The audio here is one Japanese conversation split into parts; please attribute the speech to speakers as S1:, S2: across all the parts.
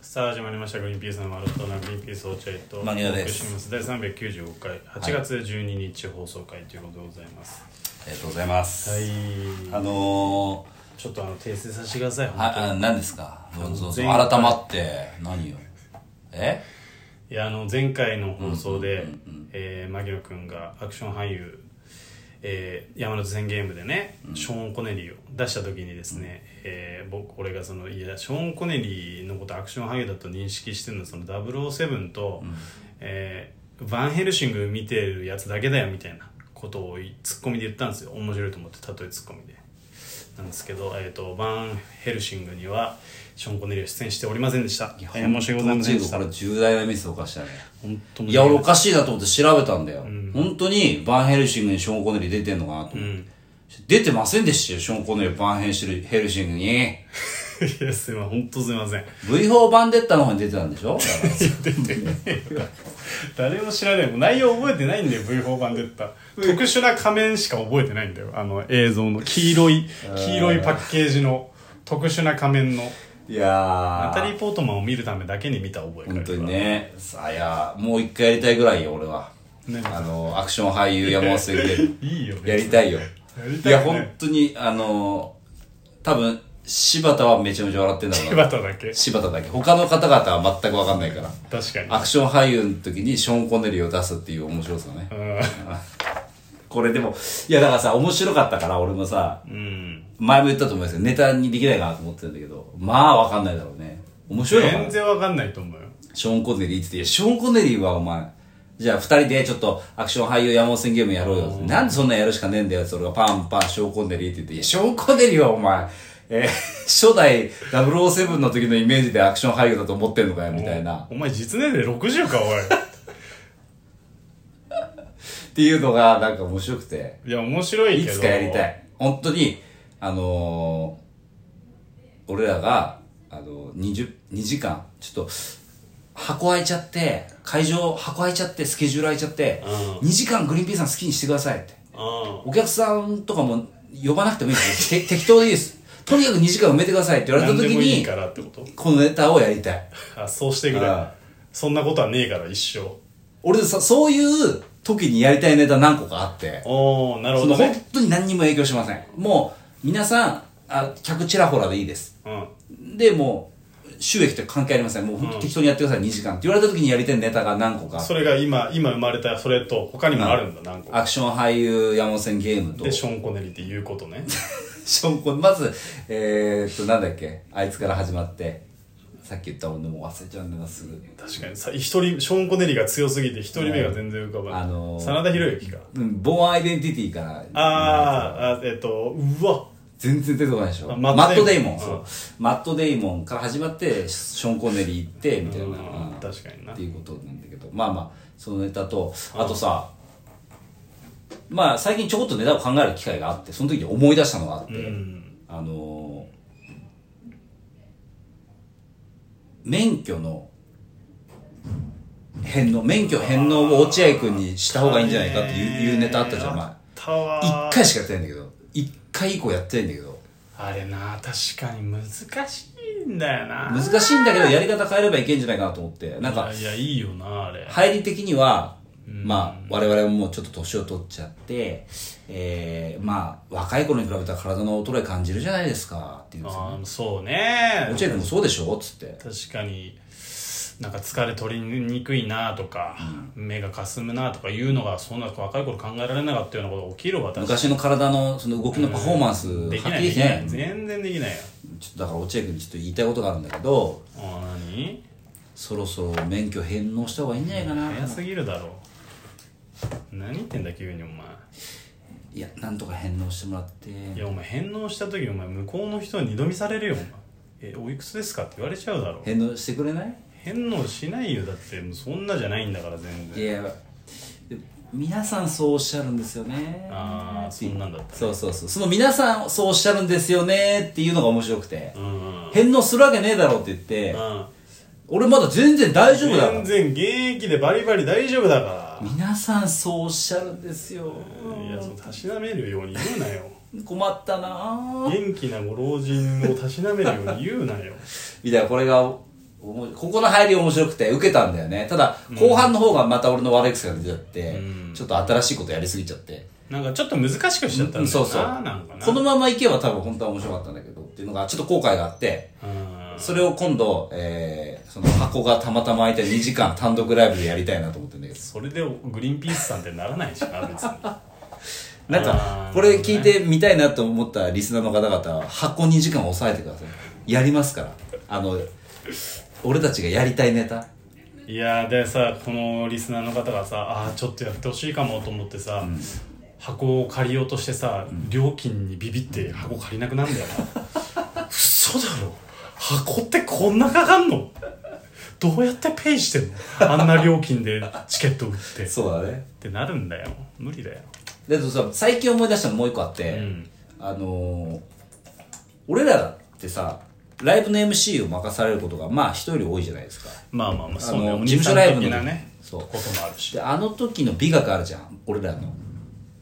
S1: さあ始まりました「グリーンピースの丸となグリーンピース落合」と
S2: マギナです
S1: お送りします第395回8月12日放送回ということでございます
S2: ありがとうございます、
S1: はい、
S2: あの
S1: ちょっとあの訂正させてください
S2: ー、
S1: 本当に
S2: はあ何ですかそうそうそう
S1: 前回
S2: 改まって何よえ
S1: いやあの前回の放送で、えー牧野君がアクション俳優、えー山手線ゲームでね、ショーン・コネリーを出した時にですね、えー僕俺がそのいやショーン・コネリーのことアクション俳優だと認識してるのはその007と、えーバンヘルシング見てるやつだけだよみたいなことをいツッコミで言ったんですよ面白いと思って例えツッコミで。なんですけど、えー、とバンヘルシングにはショーン・コネリーは出演しておりませんでした、えー申し訳ございませんでした
S2: これ重大なミスを犯したね
S1: 本当に
S2: いや俺おかしいなと思って調べたんだよ、本当にバンヘルシングにショーン・コネリー出てんのかなと思って、出てませんでしたよショーン・コネリーバンヘルヘルシングに
S1: いや、すいません、本当すいません。
S2: V4 版出たの方に出てたんでしょ だから
S1: 誰も知らない。もう内容覚えてないんだよ、V4 版で言った。特殊な仮面しか覚えてないんだよ。あの映像の黄色い、黄色いパッケージの特殊な仮面の。
S2: いや
S1: ナタリー・ポートマンを見るためだけに見た覚えがあ
S2: 本
S1: る
S2: 当にねさあいやもう一回やりたいぐらいよ俺は
S1: 何
S2: あのアクション俳優山本宣言
S1: いいよ、
S2: やり
S1: い。
S2: たいよ
S1: り
S2: い
S1: たいね
S2: や本当にあの多分柴田はめちゃめちゃ笑ってんだろうな
S1: 柴田だけ。
S2: 柴田だけ他の方々は全く分かんないから
S1: 確かに。
S2: アクション俳優の時にショーン・コネリーを出すっていう面白さねこれでもいやだからさ面白かったから俺もさ
S1: うんうん。
S2: 前も言ったと思いますけどネタにできないかなと思ってたんだけどまあ分かんないだろうね面白いのかな
S1: 全然わかんないと思うよ。
S2: ショーン・コネリーって言っていや、ショーン・コネリーはお前、じゃあ二人でちょっとアクション俳優山本戦ゲームやろうよ。なんでそんなんやるしかねえんだよ、それがパンパン、ショーン・コネリーって言って、いや、ショーン・コネリーはお前、えー初代007の時のイメージでアクション俳優だと思ってんのかよ、みたいな。
S1: お前実年齢60か、お
S2: っていうのが、なんか面白くて、
S1: い。いや、面白いけ
S2: い
S1: ど。
S2: つかやりた
S1: い。
S2: い。本当に、あのー俺らが、あの20、2時間、ちょっと、箱開いちゃって、会場箱開いちゃって、スケジュール開いちゃって、
S1: うん。
S2: 2時間グリーンピースさん好きにしてくださいって
S1: あ
S2: お客さんとかも呼ばなくてもいいですて適当でいいですとにかく2時間埋めてくださいって言
S1: あ。
S2: われ
S1: 何
S2: た時
S1: でもいい
S2: に
S1: からってこと
S2: このネタをやりたい
S1: あそうしてくれ
S2: ああ
S1: そんなことはねえから一生
S2: 俺さそういう時にやりたいネタ何個かあって
S1: おおなる
S2: そ
S1: ほ
S2: の
S1: ど
S2: 本
S1: ね
S2: 当に何にも影響しませんもう皆さんあ客ちらほらでいいです
S1: うん
S2: でもう収益と関係ありませんもう本当適当にやってください2時間って言われた時にやりたいネタが何個かあって
S1: それが今今生まれたそれと他にもあるんだ何個か
S2: アクション俳優山本線ゲームと
S1: でショーン・コネリーって言うこと ね
S2: ショーンコンまず、えー、っと、なんだっけ、あいつから始まって、さっき言ったものもう忘れちゃうんだな、すぐ。
S1: 確かにさ一人ショーン・コネリーが強すぎて一人目が全然浮かばない、
S2: あのー
S1: 真田広之か
S2: うん、ボーンアイデンティティから、
S1: あーあえっとうわ
S2: 全然出てこないでしょ。
S1: あ
S2: マ
S1: マ
S2: ッ
S1: ッ
S2: ト
S1: ト
S2: デ
S1: デ
S2: イ
S1: イ
S2: モ
S1: モ
S2: ン、
S1: ン
S2: そ
S1: う
S2: う
S1: ん
S2: マットデイモンから始まって、ショーン・コネリー行って、みたいな、
S1: うん
S2: うん
S1: 確かにな
S2: っていうことなんだけど、まあまあ、そのネタと、あとさ、まあ、最近ちょこっとネタを考える機会があって、その時に思い出したのがあって、
S1: うん
S2: あのー免許の返納免許返納を落合君にした方がいいんじゃないかっていういうネタあったじゃんお前
S1: あったわー
S2: 1回しかやってないんだけど1回以降やってないんだけど
S1: あれな確かに難しいんだよな
S2: 難しいんだけどやり方変えればいけんじゃないかなと思ってなんか
S1: いやいやいいよなあれ
S2: 入り的には、まあ、我々ももうちょっと年を取っちゃって、えー、まあ、若い頃に比べたら体の衰え感じるじゃないですか、っていうんですよ。
S1: あーそうね
S2: 落合君もそうでしょつって。
S1: 確かになんか疲れ取りにくいなとか、目がかすむなとかいうのがそんな若い頃考えられなかったようなことが起きるわ私
S2: 昔の体のその動きのパフォーマンス
S1: でき
S2: 発
S1: な
S2: 揮
S1: い
S2: で
S1: で
S2: き
S1: き
S2: てな
S1: ないい全然できないよ
S2: ちょっとだから落合君にちょっと言いたいことがあるんだけど
S1: あー何
S2: そろそろ免許返納した方がいいんじゃないかな、
S1: 早すぎるだろう何言ってんだ急にお前
S2: いやなんとか返納してもらって
S1: いやお前返納した時お前向こうの人に二度見されるよお前えおいくつですかって言われちゃうだろ
S2: 返納してくれない
S1: 返納しないよだってもうそんなじゃないんだから全
S2: い
S1: 然
S2: やで皆さんそうおっしゃるんですよね
S1: ああそんなんだった
S2: そうそうそうその皆さんそうおっしゃるんですよねっていうのが面白くて
S1: うんうん
S2: 返納するわけねえだろうって言って
S1: うん
S2: 俺まだ全然大丈夫だから
S1: 全然現役でバリバリ大丈夫だから
S2: 皆さんそうおっしゃるんですよ
S1: いや、そのたしなめるように言うなよ。
S2: 困ったなあ
S1: 元気なご老人をたしなめるように言うなよ。
S2: みたいなこれがおもここの入り面白くて受けたんだよねただ後半の方がまた俺の悪い癖が出ちゃって、
S1: うん
S2: ちょっと新しいことやりすぎちゃって、
S1: なんかちょっと難しくしちゃったんだよな、
S2: うんそうそう
S1: なんかな
S2: このまま行けば多分本当は面白かったんだけどっていうのがちょっと後悔があって
S1: うん
S2: それを今度、えー、その箱がたまたま空いた2時間単独ライブでやりたいなと思ってんだけど
S1: それでグリーンピースさんってならないしな別に
S2: なん
S1: あ
S2: か
S1: ー
S2: これ聞いてみたいなと思ったリスナーの方々は箱2時間抑えてくださいやりますからあの俺たちがやりたいネタ
S1: いやーでさこのリスナーの方がさあーちょっとやってほしいかもと思ってさ、箱を借りようとしてさ、料金にビビって箱借りなくなんだよな嘘だろ箱ってこんなかかんのどうやってペイしてんのあんな料金でチケット売ってっ
S2: そうだね
S1: てなるんだよ無理だよ
S2: だけどさ最近思い出したのもう一個あって、
S1: うん
S2: あのー俺らだってさライブの MC を任されることがまあ一人多いじゃないですか
S1: まあまあまあそう
S2: あ
S1: ね
S2: の
S1: お兄さん
S2: 事務所ライブの
S1: 的なね
S2: そう
S1: こともあるし
S2: であの時の美学あるじゃん俺らの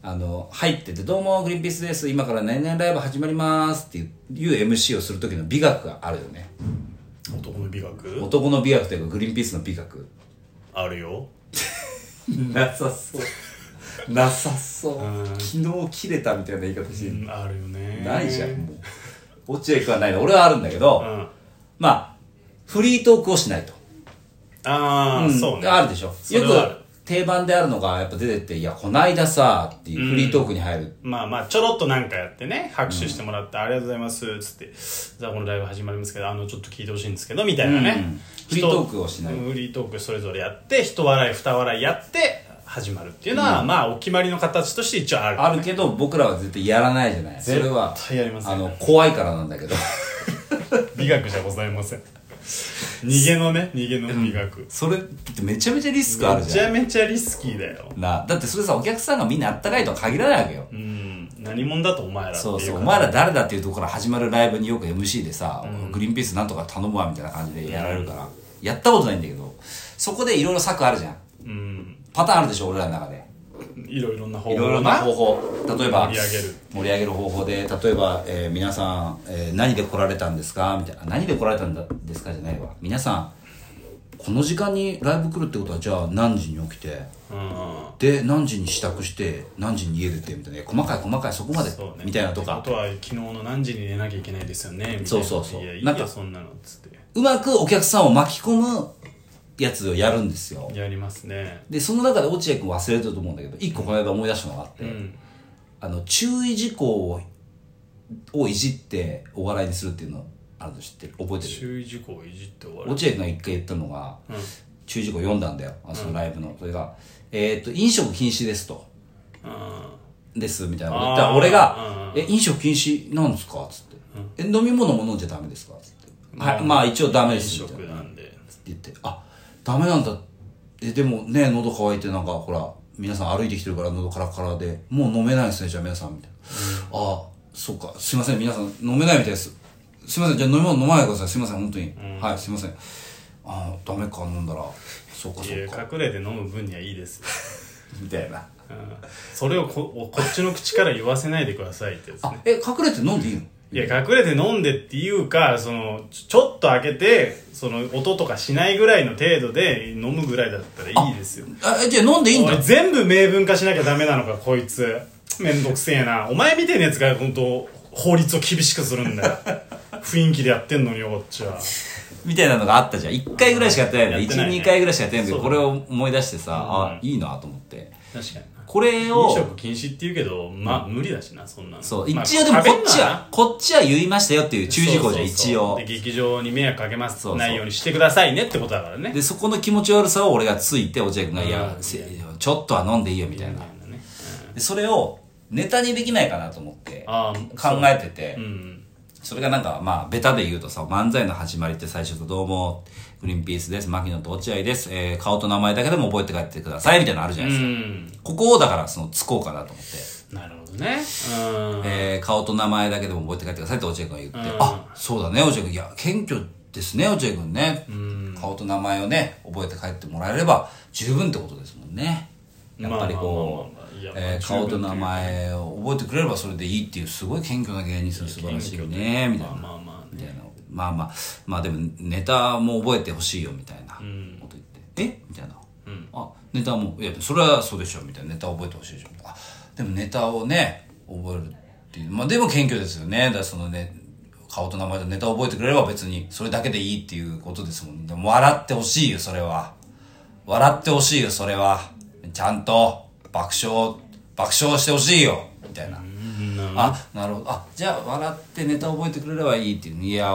S2: あの入ってて「どうもグリーンピースです今から年々ライブ始まります」っていういう MC をする時の美学があるよね
S1: 男の美学
S2: 男の美学というかグリーンピースの美学
S1: あるよ
S2: なさそうなさそう
S1: うん
S2: 昨日切れたみたいな言い方して
S1: うんあるよね
S2: ないじゃんもう落合君はないの俺はあるんだけど、
S1: うん
S2: まあフリートークをしないと
S1: ああ、
S2: うん
S1: そうね
S2: あるでしょ
S1: それ
S2: よ
S1: はある
S2: く定番であるのがやっぱ出てって「いやこないださ」っていうフリートークに入る、
S1: まあまあちょろっとなんかやってね拍手してもらって、ありがとうございますっつってじゃあこのライブ始まりますけどあのちょっと聞いてほしいんですけどみたいなね、
S2: うん
S1: 人
S2: フリートークをしない
S1: うんフリートークそれぞれやって一笑い二笑いやって始まるっていうのは、まあお決まりの形として一応ある
S2: あるけど僕らは絶対やらないじゃないそ
S1: 絶対
S2: れは
S1: やりません
S2: あの怖いからなんだけど
S1: 美学じゃございません逃げのね逃げの美学、
S2: それってめちゃめちゃリスクある
S1: め
S2: じ
S1: ち
S2: ゃ
S1: ゃめちゃリスキーだよ
S2: んなだってそれさお客さんがみんなあったかいとは限らないわけよ
S1: うん何者だとお前らっていう
S2: そうそうお
S1: か
S2: 前ら誰だっていうところから始まるライブによく MC でさ、グリーンピースなんとか頼むわみたいな感じでやられるから、やったことないんだけどそこでいろいろ策あるじゃん
S1: うん
S2: パターンあるでしょ俺らの中で
S1: いろいろな方法
S2: いろいろな方法例えば
S1: 盛り上げる
S2: 盛り上げる方法で例えば、えー皆さん、えー何で来られたんですか?」みたいなあ「何で来られたんだですか?」じゃないわ皆さんこの時間にライブ来るってことはじゃあ何時に起きて
S1: うん
S2: で何時に支度して何時に家出てみたいな細かい細かいそこまで、
S1: そうね
S2: みたいなと
S1: あ
S2: か
S1: とは昨日の何時に寝なきゃいけないですよねみたいな
S2: そうそうそう
S1: やいい
S2: なんか
S1: よそんなのっつって
S2: うまくお客さんを巻き込むやつをやるんですよ
S1: やりますね
S2: でその中で落合君忘れてると思うんだけど一個この間思い出したのがあって、
S1: うん
S2: あの注意事項ををいじってお笑いにするっていうのあるの知ってる覚えてる
S1: 注意事項をいじって終わる
S2: 落合君が一回言ったのが、
S1: うん
S2: 注意事項読んだんだよあのそのライブの、それが「えーっと飲食禁止です」と
S1: あ
S2: 「です」みたいなこと
S1: あー
S2: 言ったら俺が
S1: う
S2: 「
S1: ん
S2: え飲食禁止なんですか?」っつって、え「飲み物も飲んじゃダメですか?」っつって「はいまあ一応ダメ
S1: ー
S2: で
S1: 飲
S2: す」みたい
S1: 食
S2: な
S1: なんで
S2: って言って「あダメなんだ」えでもね喉乾いてなんかほら皆さん歩いてきてるから喉カラカラでもう飲めないですねじゃあ皆さんみたいな、あそうかすいません皆さん飲めないみたいですすいませんじゃあ飲み物飲まないでくださいすいません本当に、はいすいませんあダメか飲んだらそうか
S1: い
S2: そ
S1: や
S2: うか
S1: 隠れて飲む分にはいいですよ、
S2: みたいな
S1: うん、それをここっちの口から言わせないでくださいってやつ
S2: あ
S1: ね
S2: え隠れて飲んでいいの
S1: いや隠れて飲んでっていうかそのちょちょっと開けてその音とかしないぐらいの程度で飲むぐらいだったらいいですよ
S2: あえじゃあ飲んでいいんだ
S1: おい全部明文化しなきゃダメなのかこいつめんどくせえなお前みてえなやつが本当法律を厳しくするんだよ 雰囲気でやってんのによこっちは
S2: みたいなのがあったじゃん1回ぐらいしかやってないんだ
S1: やってないね
S2: 12回ぐらいしかやってないんだけど
S1: そ
S2: こ
S1: うだ
S2: れ
S1: ね
S2: を思い出してさ、
S1: うん
S2: あいいなと思って
S1: 確かにな
S2: これを
S1: 飲食禁止って言うけどまあ無理だしなそんなの
S2: そう、
S1: まあ
S2: 一応でも
S1: 食
S2: こ
S1: べん
S2: っ
S1: な
S2: ちは、こっちは言いましたよっていう注意事項じ
S1: そ
S2: ゃん、
S1: うそうそう
S2: 一応
S1: で。劇場に迷惑かけます
S2: そうそう
S1: ないようにしてくださいねってことだからね
S2: で、そこの気持ち悪さを俺がついて、落合君が、いや
S1: う、ん
S2: せちょっとは飲んでいいよみたい
S1: み
S2: な
S1: た。いなね
S2: で、それをネタにできないかなと思って、
S1: ああ
S2: 考えてて、
S1: うんうん
S2: それがなんか、まあ、ベタで言うとさ、漫才の始まりって最初とどうも、グリーンピースです、牧野と落合です、えー顔と名前だけでも覚えて帰ってください、みたいなのあるじゃ
S1: う
S2: ないですか。
S1: ん
S2: ここをだから、その、つこうかなと思って。
S1: なるほどねうん
S2: えー顔と名前だけでも覚えて帰ってくださいって落合君が言って、
S1: うん
S2: あそうだね落合君いや謙虚ですね落合君ね、顔と名前をね覚えて帰ってもらえれば十分ってことですもんねやっぱり
S1: まあまあまあまあま
S2: こう
S1: あいや
S2: えー
S1: まあ
S2: 顔と名前を覚えてくれればそれでいいっていうすごい謙虚な芸人さん素晴らしいねみたい
S1: まあ
S2: な
S1: まあまあ
S2: みたいなまあまあ、まあでもネタも覚えてほしいよみたいなこ
S1: ん
S2: と言って、えみたいな。
S1: うん
S2: あ、ネタも、いや、それはそうでしょみたいな。ネタ覚えてほしいでしょ。あ、でもネタをね、覚えるっていう。まあでも謙虚ですよね。だからそのね、顔と名前とネタ覚えてくれれば別にそれだけでいいっていうことですもんね。でも笑ってほしいよ、それは。笑ってほしいよ、それは。ちゃんと爆笑、爆笑してほしいよ、みたいな。あなるほどあじゃあ笑ってネタ覚えてくれればいいっていういや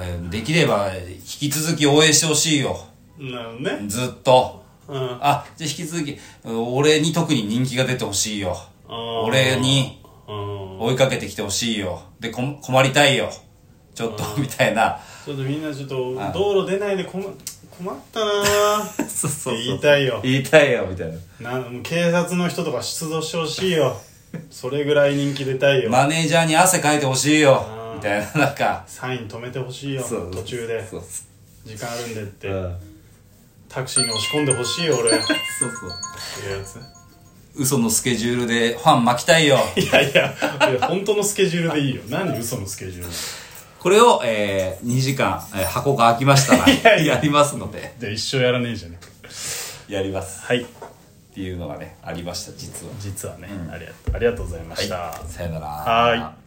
S2: えーできれば引き続き応援してほしいよ
S1: なるほどね
S2: ずっと
S1: うん
S2: あじゃあ引き続きうん俺に特に人気が出てほしいよ
S1: あー
S2: 俺に
S1: うん
S2: 追いかけてきてほしいよでこ困りたいよちょっとみたいな
S1: ちょっとみんなちょっと道路出ないで困困ったな
S2: そうそうそう
S1: 言いたいよ
S2: 言いたいよみたいな
S1: なもう警察の人とか出動してほしいよそれぐらい人気出たいよ、
S2: マネージャーに汗かいてほしいよ
S1: あー
S2: みたいななんか
S1: サイン止めてほしいよ
S2: そう
S1: 途中で
S2: そうそ
S1: 時間あるんでって、
S2: ううん
S1: タクシーに押し込んでほしいよ俺って
S2: そうそう
S1: いうやつ
S2: 嘘のスケジュールでファン巻きたいよ
S1: いやいやいや本当のスケジュールでいいよ何嘘のスケジュー
S2: これを、えー、2時間、えー箱が開きましたら
S1: やいや
S2: やりますので
S1: ルじゃあ一生やらねえじゃね
S2: やります
S1: はい
S2: っていうのがねありました実は
S1: 実はね、ありがとうありがとうございました、
S2: さよなら
S1: はーい